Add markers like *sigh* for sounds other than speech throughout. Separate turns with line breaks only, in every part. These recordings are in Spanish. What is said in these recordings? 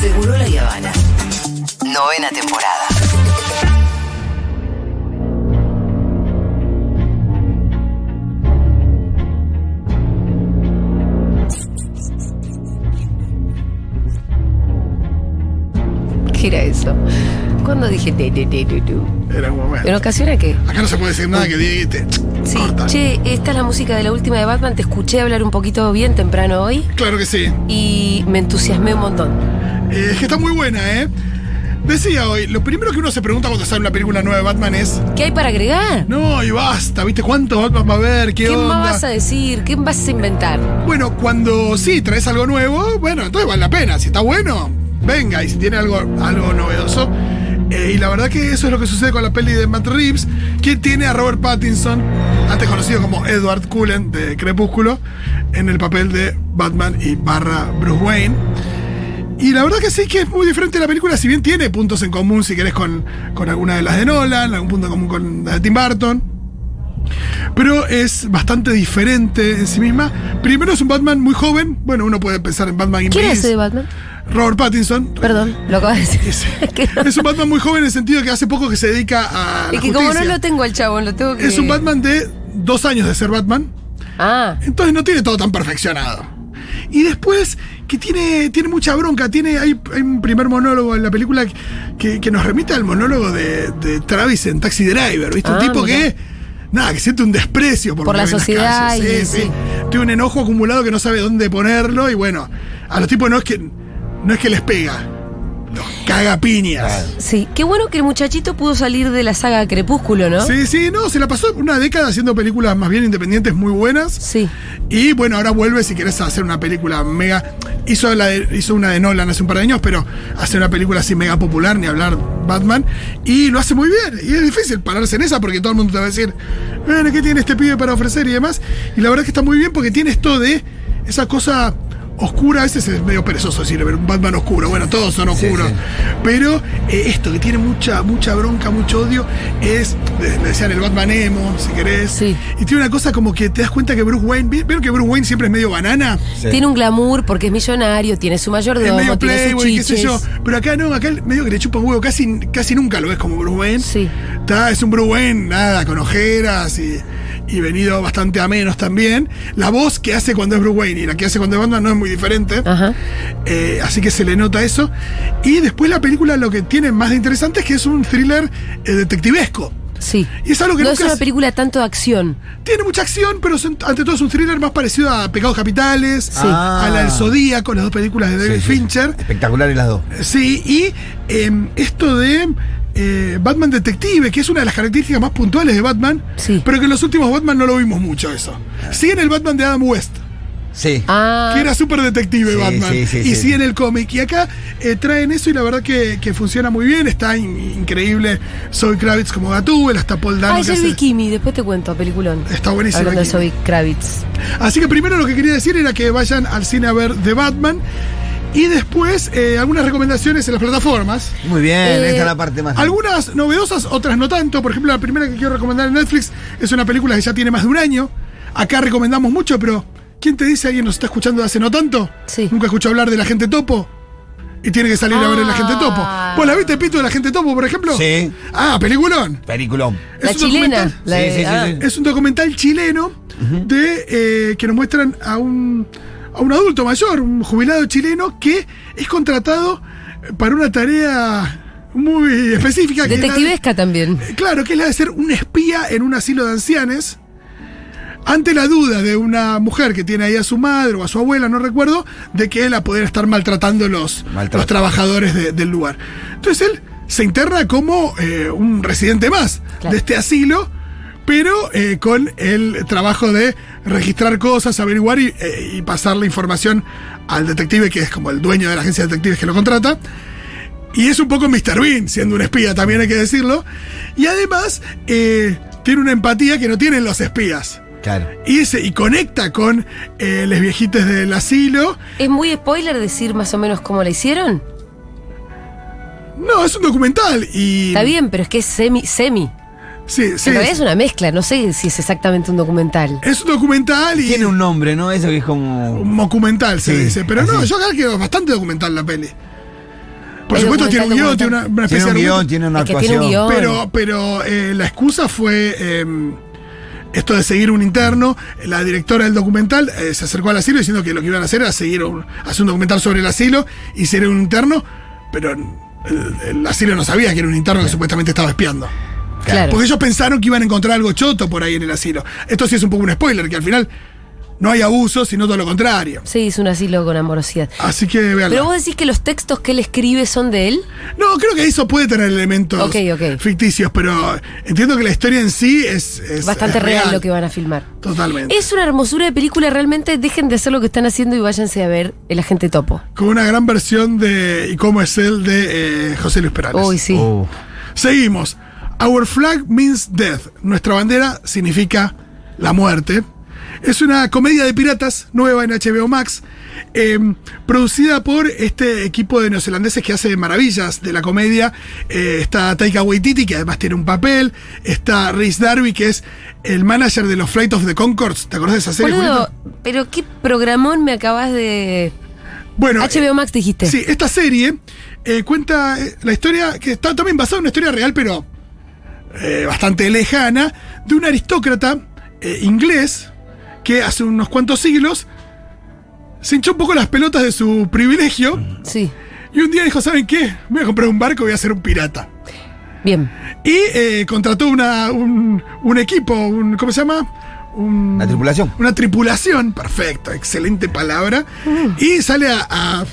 Seguro la Habana. Novena temporada. ¿Qué era eso? ¿Cuándo dije te, te, te, tu, tu?
Era un momento.
¿En ocasión a qué?
Acá no se puede decir nada que diga y te
Sí.
corta.
Che, esta es la música de la última de Batman. Te escuché hablar un poquito bien temprano hoy
Claro que sí.
y me entusiasmé un montón.
Eh, es que está muy buena, ¿eh? Decía hoy, lo primero que uno se pregunta cuando sale una película nueva de Batman es,
¿Qué hay para agregar?
no, y basta, ¿viste cuánto Batman va a haber? ¿Qué,
¿Qué
onda?
más vas a decir? ¿Qué vas a inventar?
Bueno, cuando sí traes algo nuevo, bueno, entonces vale la pena. Si está bueno, venga. Y si tiene algo, algo novedoso. Eh, y la verdad que eso es lo que sucede con la peli de Matt Reeves, que tiene a Robert Pattinson, antes conocido como Edward Cullen de Crepúsculo, en el papel de Batman y barra Bruce Wayne. Y la verdad que sí que es muy diferente la película, si bien tiene puntos en común, si querés, con, con alguna de las de Nolan, algún punto en común con la de Tim Burton. Pero es bastante diferente en sí misma. Primero es un Batman muy joven. Bueno, uno puede pensar en Batman
¿Quién era
Begins.
ese de Batman?
Robert Pattinson.
Perdón, lo acabas de decir. *laughs*
Es,
Que no-
es un Batman muy joven en el sentido que hace poco que se dedica a. la
Es que como no
justicia.
lo tengo al chabón, lo tengo que.
Es un Batman de dos años de ser Batman.
Ah,
Entonces no tiene todo tan perfeccionado. Y después, que tiene, tiene mucha bronca, tiene, hay, hay un primer monólogo en la película que, que nos remite al monólogo de, de Travis en Taxi Driver, ¿viste? un
Ah,
tipo
mirá.
que, nada, que siente un desprecio por,
Por
lo
la
que ve en las
sociedad
calles.
y-
Sí, sí.
sí.
Tiene un enojo acumulado que no sabe dónde ponerlo y bueno, a los tipos no es que, no es que les pega, los caga piñas.
sí. Qué bueno que el muchachito pudo salir de la saga Crepúsculo, ¿no?
Sí, sí, no, se la pasó una década haciendo películas más bien independientes muy buenas.
Sí.
Y bueno, ahora vuelve si querés a hacer una película mega. Hizo, la de- hizo una de Nolan hace un par de años, pero hacer una película así mega popular, ni hablar Batman. Y lo hace muy bien. Y es difícil pararse en esa porque todo el mundo te va a decir, bueno, ¿qué tiene este pibe para ofrecer y demás? Y la verdad es que está muy bien porque tiene esto de esa cosa oscura. A veces es medio perezoso decir, "Pero un Batman oscuro. Bueno, todos son oscuros. Pero eh, esto que tiene mucha, mucha bronca, mucho odio, es, le le decían el Batman emo, si querés.
Sí.
Y tiene una cosa como que te das cuenta que Bruce Wayne, ¿vi- ¿vieron que Bruce Wayne siempre es medio banana?
Tiene un glamour porque es millonario, tiene su
es
mayordomo,
medio
tiene sus
playboy, qué
chiches.
sé yo. Pero acá no, acá el- medio que le chupa un huevo, casi, casi nunca lo ves como Bruce Wayne.
Sí.
Está, es un Bruce Wayne, nada, con ojeras y, y venido bastante a menos también. La voz que hace cuando es Bruce Wayne y la que hace cuando es Batman no es muy diferente.
Ajá.
Eh, así que se le nota eso. Y después la película lo que tiene más de interesante es que es un thriller eh, detectivesco.
Sí.
Y es algo que
No es
nunca
una
se-
película tanto de acción.
Tiene mucha acción, pero es un- ante todo es un thriller más parecido a Pecados Capitales,
Ah.
a la del Zodíaco, las dos películas de David
Sí, sí,
Fincher.
sí. Espectaculares las dos.
Sí, y em, esto de eh, Batman Detective, que es una de las características más puntuales de Batman,
Sí.
pero que en los últimos Batman no lo vimos mucho eso. Sí en el Batman de Adam West,
Sí.
Ah.
que era súper detective
Sí,
Batman,
sí, sí,
y sí,
sí.
en el cómic. Y acá eh, traen eso y la verdad que, que funciona muy bien, está in- increíble Zoe Kravitz como Gatúbel, hasta Paul Dano.
Ah,
que
ayer
hace-
vi Kimi, después te cuento, peliculón.
Está buenísimo
Hablando de
Kimi.
Zoe Kravitz.
Así que primero lo que quería decir era que vayan al cine a ver The Batman. Y después eh, algunas recomendaciones en las plataformas.
Muy bien,
Eh,
esta es la parte más.
Algunas novedosas, otras no tanto. Por ejemplo, la primera que quiero recomendar en Netflix es una película que ya tiene más de un año. Acá recomendamos mucho, pero ¿quién te dice alguien nos está escuchando de hace no tanto?
Sí.
Nunca escuchó hablar de la gente topo. Y tiene que salir a ver el agente topo.
Ah.
¿Vos la viste, Pito, de la gente topo, por ejemplo?
Sí.
Ah, peliculón.
Peliculón.
La
Es un documental.
chilena. La
Sí,
de-
sí, sí,
ah,
sí.
Es un documental chileno de eh, que nos muestran a un, a un adulto mayor, un jubilado chileno, que es contratado para una tarea muy específica. que es la de- Eh,
Detectivesca también.
claro, que es la de ser un espía en un asilo de ancianes. Ante la duda de una mujer que tiene ahí a su madre o a su abuela, no recuerdo, de que él a poder estar maltratando los,
Maltrato.
los trabajadores de- del lugar. Entonces él se interna como eh, un residente más
Claro.
de este asilo, pero eh, con el trabajo de registrar cosas, averiguar y, eh, y pasar la información al detective, que es como el dueño de la agencia de detectives que lo contrata. Y es un poco Mr. Bean, siendo un espía, también hay que decirlo. Y además, eh, tiene una empatía que no tienen los espías.
Claro.
Y, se- y conecta con eh, los viejitos del asilo.
¿Es muy spoiler decir más o menos cómo la hicieron?
No, es un documental. Y,
Está bien, pero es que es semi, semi.
Sí, sí.
en realidad
Es,
es una mezcla, no sé si es exactamente un documental.
es un documental y.
Tiene un nombre, ¿no? Eso que es como.
Un documental se
Sí,
dice. Pero no,
así.
yo creo que es bastante documental la peli. Por
El
supuesto, tiene un guión,
documental,
tiene una, una especie
Tiene un
de
guión,
argumento,
tiene una
Es que tiene
actuación.
un guión.
Pero, pero eh, la excusa fue eh, esto de seguir un interno. La directora del documental eh, se acercó al asilo diciendo que lo que iban a hacer era seguir un, hacer un documental sobre el asilo y ser un interno, pero el, el asilo no sabía que era un interno que supuestamente estaba espiando.
Claro.
Porque ellos pensaron que iban a encontrar algo choto por ahí en el asilo. Esto sí es un poco un spoiler, que al final no hay abuso, sino todo lo contrario.
Se hizo un asilo con amorosidad.
Así que vean.
Pero vos decís que los textos que él escribe son de él.
No, creo que eso puede tener elementos
Ok, ok.
ficticios, pero entiendo que la historia en sí es, es-
Bastante
es
real lo que van a filmar.
Totalmente.
Es una hermosura de película, realmente dejen de hacer lo que están haciendo y váyanse a ver El Agente Topo.
Con una gran versión de ¿Y cómo es él? de eh, José Luis Perales.
Uy, sí.
Oh.
Seguimos. Our flag means death. Nuestra bandera significa la muerte. Es una comedia de piratas nueva en HBO Max, eh, producida por este equipo de neozelandeses que hace maravillas de la comedia. Eh, está Taika Waititi, que además tiene un papel. Está Rhys Darby, que es el manager de los Flight of the Concords. ¿Te acordás de esa serie?
Boludo,
Julieta?
pero qué programón me acabas de.
Bueno, eh,
HBO Max dijiste.
Sí, esta serie eh, cuenta eh, la historia, que está también basada en una historia real, pero eh, bastante lejana, de un aristócrata eh, inglés que hace unos cuantos siglos se hinchó un poco las pelotas de su privilegio
Sí.
y un día dijo, ¿saben qué? Voy a comprar un barco y voy a ser un pirata.
Bien.
Y eh, contrató una, un, un equipo, un, ¿cómo se llama? Un-
La tripulación.
Una tripulación, perfecto, excelente palabra. Y sale a, a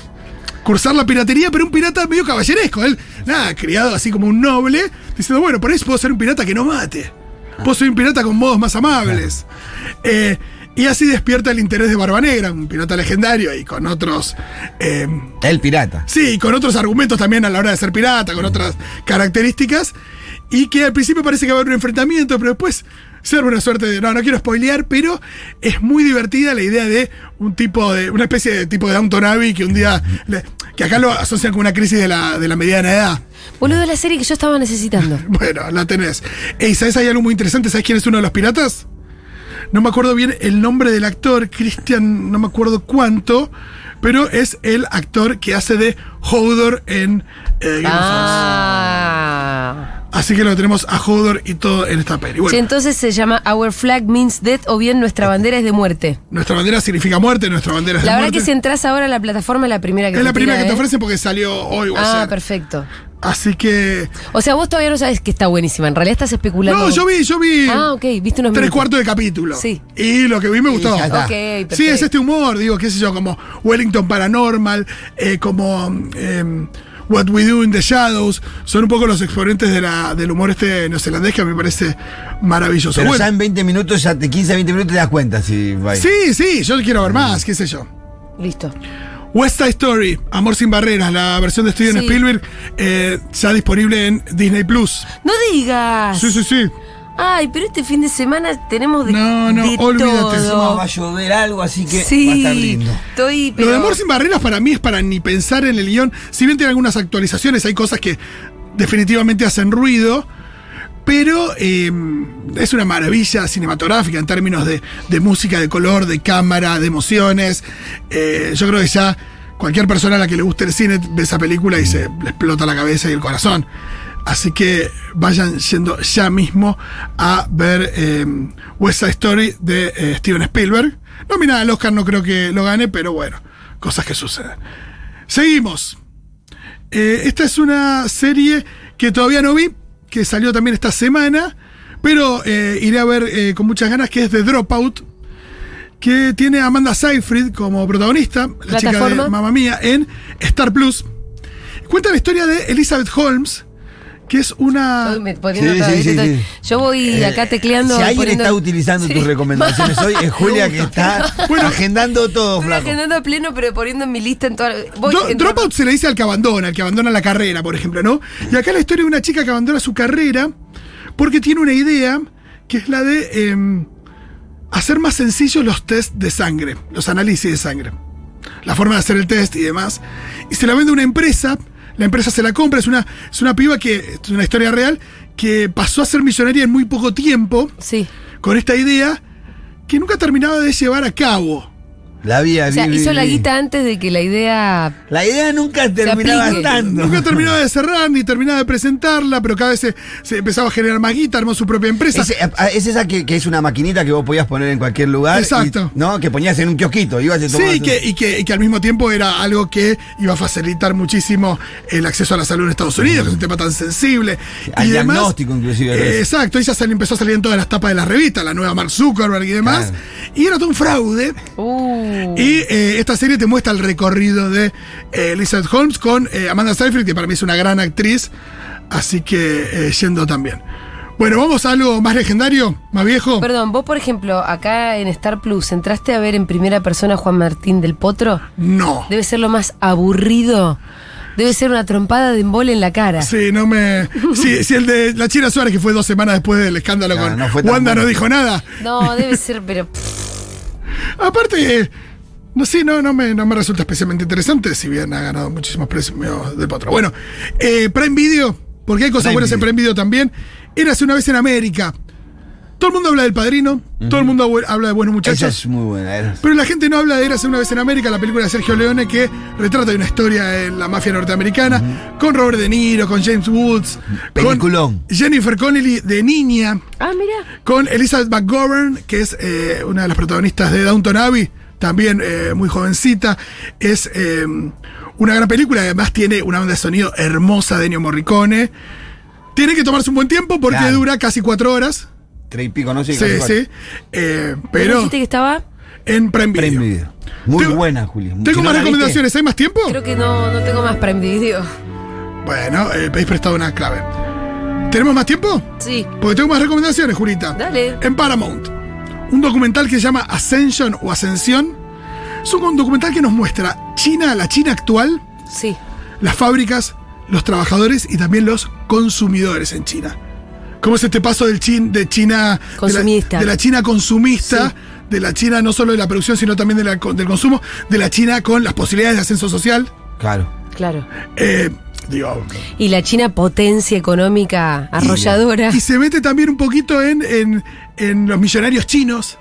cursar la piratería, pero un pirata medio caballeresco. Él, nada, criado así como un noble, diciendo, bueno, por ahí puedo ser un pirata que no mate. Puedo ser un pirata con modos más amables. Eh, y así despierta el interés de Barba Negra, un pirata legendario y con otros... eh,
El pirata.
Sí, y con otros argumentos también a la hora de ser pirata, con otras características. Y que al principio parece que va a haber un enfrentamiento, pero después se arma una suerte de. No, no quiero spoilear, pero es muy divertida la idea de un tipo de. Una especie de tipo de Downton Abbey que un día. le- que acá lo asocian con una crisis de la, de la mediana edad.
Boludo, la serie que yo estaba necesitando.
Bueno, la tenés. Ey, ¿sabes? Hay algo muy interesante. ¿Sabes quién es uno de los piratas? No me acuerdo bien el nombre del actor, Christian, no me acuerdo cuánto, pero es el actor que hace de Hodor en eh, Game of
Ah.
Thrones. Así que lo tenemos a Hodor y todo en esta peli. Bueno,
Che, entonces se llama Our Flag Means Death o bien Nuestra Bandera es de Muerte.
nuestra bandera significa muerte, nuestra bandera es
La
de
verdad que
muerte.
si entras ahora a la plataforma es la primera que
es
te
la primera
tira,
que te
¿eh?
ofrecen porque salió hoy. o
Ah,
sea.
perfecto.
Así que.
O sea, vos todavía no sabes que está buenísima. En realidad estás especulando.
No, yo vi, yo vi.
Ah, ok, viste unos
Tres
minutos.
cuartos de capítulo.
Sí.
Y lo que vi me gustó.
ya está.
Ok,
Sí, es
perfecto.
este humor, digo, qué sé yo, como Wellington Paranormal, eh, como eh, What We Do in the Shadows. Son un poco los exponentes de la, del humor este neozelandés que me parece maravilloso.
Pero
Bueno,
ya en 20 minutos, ya te 15, 20 minutos te das cuenta si va ahí.
sí, sí, yo quiero ver
Mm.
más, qué sé yo.
Listo.
West Side Story, Amor sin Barreras, la versión de
Sí.
Steven Spielberg, eh, ya disponible en Disney Plus.
No digas.
Sí, sí, sí.
Ay, pero este fin de semana tenemos de
No, no,
de
olvídate.
Encima
todo.
va a llover algo, así que va a
Sí,
estar lindo.
estoy.
Lo
Pero...
de Amor sin Barreras para mí es para ni pensar en el guión. Si bien tiene algunas actualizaciones, hay cosas que definitivamente hacen ruido. Pero eh, es una maravilla cinematográfica en términos de, de música, de color, de cámara, de emociones. Eh, yo creo que ya cualquier persona a la que le guste el cine ve esa película y se le explota la cabeza y el corazón. Así que vayan yendo ya mismo a ver eh, West Side Story de eh, Steven Spielberg. Nominada al Oscar, no creo que lo gane, pero bueno, cosas que suceden. Seguimos. Eh, esta es una serie que todavía no vi, que salió también esta semana, pero eh, iré a ver eh, con muchas ganas, que es The Dropout, que tiene a Amanda Seyfried como protagonista, la chica de
Plataforma.
Mamma Mía, en Star Plus. Cuenta la historia de Elizabeth Holmes, que es una...
Ah.
Estoy me- poniendo
Sí,
otra
sí,
vez,
sí,
estoy-
sí.
Yo voy acá tecleando.
Eh, Si alguien
poniendo-
está utilizando
Sí.
tus recomendaciones hoy,
*laughs*
es Julia que está
Bueno.
agendando todo,
Estoy
flaco.
agendando a pleno, pero poniendo en mi lista en toda. voy
Do-
en-
dropout se le dice al que abandona, al que abandona la carrera, por ejemplo, ¿no? Y acá la historia de una chica que abandona su carrera porque tiene una idea que es la de eh, hacer más sencillos los test de sangre, los análisis de sangre, la forma de hacer el test y demás. Y se la vende a una empresa, la empresa se la compra, es una, es una piba que, es una historia real, que pasó a ser millonaria en muy poco tiempo
Sí.
con esta idea que nunca terminaba de llevar a cabo.
La vi,
O sea,
vi, vi,
hizo la
vi.
guita antes de que la idea.
La idea nunca terminaba
aplique.
estando.
Nunca terminaba de cerrar ni terminaba de presentarla, pero cada vez se, se empezaba a generar más guita, armó su propia empresa.
Es, a- eh, ah, es esa que, que es una maquinita que vos podías poner en cualquier lugar. y-
Exacto.
¿No? Que ponías en un kiosquito. Ibas y tomabas-
Sí, que, y, que, y que al mismo tiempo era algo que iba a facilitar muchísimo el acceso a la salud en Estados Unidos, que es un tema tan sensible.
Al
y demás.
diagnóstico, inclusive, de
Eh,
eso.
exacto, ella sal- empezó a salir en todas las tapas de las revistas, la nueva Mark Zuckerberg y demás.
Claro.
Y era todo un fraude.
Uh.
Y eh, esta serie te muestra el recorrido de eh, Elizabeth Holmes con eh, Amanda Seyfried, que para mí es una gran actriz, así que eh, yendo también. Bueno, vamos a algo más legendario, más viejo.
Perdón, vos, por ejemplo, acá en Star Plus, ¿entraste a ver en primera persona a Juan Martín del Potro?
No.
Debe ser lo más aburrido. Debe ser una trompada de embole en la cara.
Sí, no me. Sí, sí, el de la China Suárez, que fue dos semanas después del escándalo
No,
con
no fue tan
Wanda, no
bueno.
dijo nada.
No, debe ser, pero. pff,
Aparte, eh, no sé, no, no, me, no me resulta especialmente interesante, si bien ha ganado muchísimos premios de potro. Bueno, eh, Prime Video, porque hay cosas
Prime
buenas en
Video.
Prime Video también. Érase una vez en América. Todo el mundo habla del padrino, todo el mundo abu- habla de buenos muchachos.
Esa es muy buena. era.
Pero la gente no habla de Érase una vez en América, la película de Sergio Leone que retrata una historia en la mafia norteamericana, con Robert De Niro, con James Woods,
Peliculón.
con Jennifer Connelly de niña,
Ah, mira.
con Elizabeth McGovern, que es eh, una de las protagonistas de Downton Abbey, también eh, muy jovencita. Es eh, una gran película, además tiene una banda de sonido hermosa de Ennio Morricone. Tiene que tomarse un buen tiempo porque
Claro.
dura casi cuatro horas.
Tres y pico, no sé.
Sí,
casi cuatro.
sí. Eh,
¿Pero
pero
dijiste que estaba?
en Prime Video.
Prime Video. Muy
Tengo-
buena, Juli.
Tengo
Si no
más
la viste,
recomendaciones. ¿Hay más tiempo?
Creo que no, no tengo más Prime Video.
Bueno, eh, pedís prestado una clave. ¿Tenemos más tiempo?
Sí.
Porque tengo más recomendaciones, Jurita.
Dale.
En Paramount, un documental que se llama Ascension o Ascensión. Es un documental que nos muestra China, la China actual,
Sí.
las fábricas, los trabajadores y también los consumidores en China. ¿Cómo es este paso del chin, de China de la-
Consumista.
De, la, China consumista,
Sí.
de la China no solo de la producción, sino también de la- del consumo, de la China con las posibilidades de ascenso social?
Claro.
Claro.
Eh, digo,
Y la China potencia económica arrolladora.
Y se mete también un poquito en, en- en los millonarios chinos,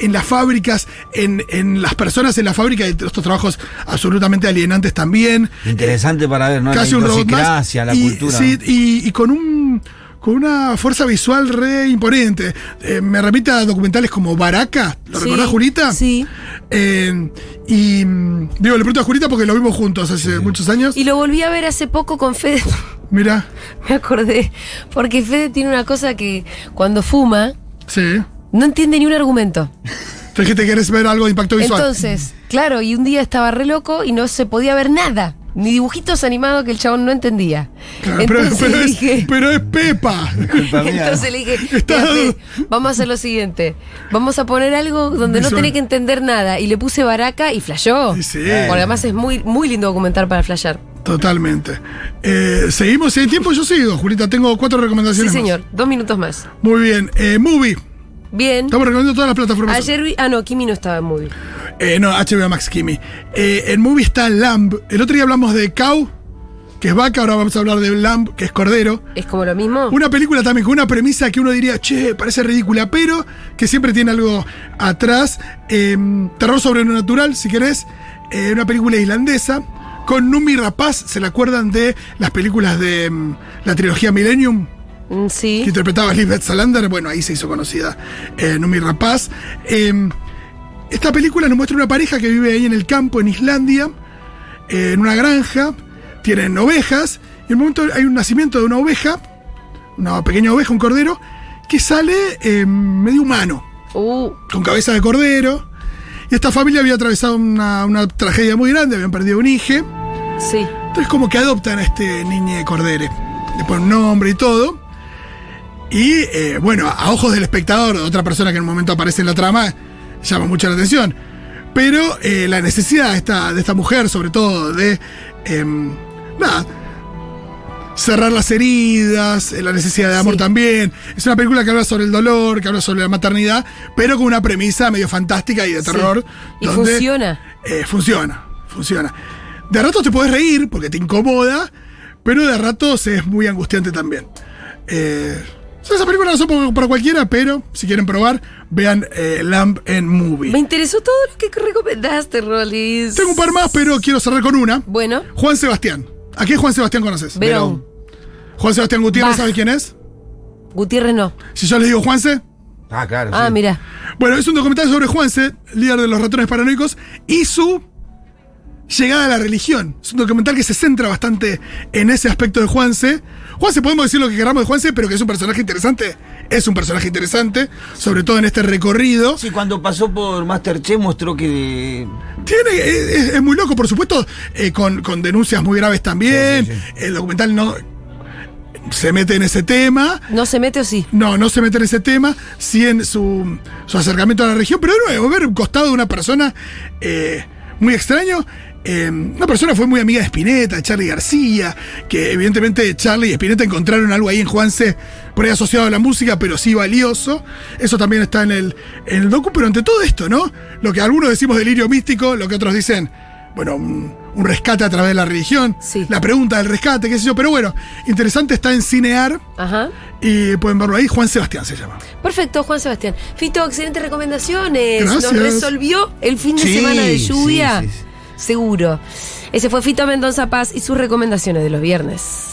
en las fábricas, en, en las personas en la fábrica, de estos trabajos absolutamente alienantes también.
Interesante para ver, ¿no?
casi
la
un robot más.
idiosincrasia, la
y,
cultura.
sí, y, y con un con una fuerza visual re imponente. Eh, me remite a documentales como Baraka, ¿lo
Sí,
recordás, Jurita?
Sí.
Eh, y mm, digo, le pregunto a Jurita porque lo vimos juntos hace muchos años.
Y lo volví a ver hace poco con Fede. *laughs*
Mira,
Me acordé. Porque Fede tiene una cosa que cuando fuma,
sí.
no entiende ni un argumento.
Te dijiste que querés ver algo de impacto visual.
Entonces, claro, y un día estaba re loco y no se podía ver nada. Ni dibujitos animados que el chabón no entendía.
Claro, pero,
entonces
pero
le
es,
dije.
pero es *laughs* Pepa.
Culpa mía.
Entonces le dije,
*laughs* Está-
"Mira, Fede, vamos a hacer lo siguiente. Vamos a poner algo donde no
Visual.
tenés que entender nada. Y le puse baraca y flashó.
Sí, sí.
Porque además es muy, muy lindo documentar para flashear.
Totalmente. Eh, Seguimos, si hay tiempo yo sigo, Julita. Tengo cuatro
Sí,
recomendaciones. más.
señor. Dos minutos más.
Muy bien. Eh, movie.
Bien.
Estamos recomendando todas las plataformas.
Ayer vi. Ah, no, Kimi no estaba en movie.
Eh, no, HBO Max Kimi. Eh, en movie está Lamb. El otro día hablamos de Cow, que es vaca. Ahora vamos a hablar de Lamb, que es cordero.
¿Es como lo mismo?
Una película también con una premisa que uno diría, che, parece ridícula, pero que siempre tiene algo atrás. Eh, terror sobrenatural, si querés. Eh, una película islandesa. Con Numi Rapaz, ¿se la acuerdan de las películas de mm, la trilogía Millennium?
Mm, Sí.
que interpretaba Lisbeth Salander, bueno, ahí se hizo conocida eh, Numi Rapaz. Eh, esta película nos muestra una pareja que vive ahí en el campo, en Islandia, eh, en una granja, tienen ovejas, y en un momento hay un nacimiento de una oveja, una pequeña oveja, un cordero, que sale eh, medio humano,
Uh,
con cabeza de cordero. Y esta familia había atravesado una, una tragedia muy grande, habían perdido un hijo.
sí.
Entonces como que adoptan a este niño de Cordere. Le ponen nombre y todo. Y eh, bueno, a ojos del espectador, otra persona que en un momento aparece en la trama, llama mucho la atención. Pero eh, la necesidad de esta, de esta mujer, sobre todo, de... em, nada. Cerrar las heridas, eh, la necesidad de amor
Sí.
también. Es una película que habla sobre el dolor, que habla sobre la maternidad, pero con una premisa medio fantástica y de
Sí.
terror.
Y
donde-
funciona.
eh, funciona, funciona. De a ratos te puedes reír porque te incomoda, pero de a ratos es muy angustiante también. Eh, Son esas películas no son para- para cualquiera, pero si quieren probar, vean eh, Lamp and Movie.
Me interesó todo lo que recomendaste, Rollins.
Tengo un par más, pero quiero cerrar con una.
Bueno,
Juan Sebastián. ¿A qué Juan Sebastián conoces?
Verón.
Juan Sebastián Gutiérrez,
Bach.
¿sabes quién es?
Gutiérrez no.
Si yo les digo Juanse.
Ah, claro.
Ah,
sí.
mira.
Bueno, es un documental sobre Juanse, líder de los ratones paranoicos, y su llegada a la religión. Es un documental que se centra bastante en ese aspecto de Juanse. Juanse, podemos decir lo que queramos de Juanse, pero que es un personaje interesante. Es un personaje interesante, sobre todo en este recorrido.
Sí, cuando pasó por Masterchef mostró que.
Tiene, es, es muy loco, por supuesto, eh, con, con denuncias muy graves también.
Sí, sí,
El documental no se mete en ese tema.
¿No se mete o sí?
No, no se mete en ese tema, sí en su, su acercamiento a la región, pero de nuevo, ver un costado de una persona eh, muy extraño. eh, una persona fue muy amiga de Spinetta, de Charlie García, que evidentemente Charlie y Spinetta encontraron algo ahí en Juanse, por ahí asociado a la música, pero sí valioso. Eso también está en el, en el docu, pero ante todo esto, ¿no? Lo que algunos decimos delirio místico, lo que otros dicen, bueno, un, un rescate a través de la religión,
Sí.
la pregunta del rescate, qué sé yo, pero bueno, interesante está en cinear.
Ajá.
Y pueden verlo ahí, Juan Sebastián se llama.
Perfecto, Juan Sebastián. Fito, excelentes recomendaciones. Nos
Gracias.
resolvió el fin de
Sí,
semana de
sí,
lluvia.
sí, sí.
Seguro. Ese fue Fito Mendoza Paz y sus recomendaciones de los viernes.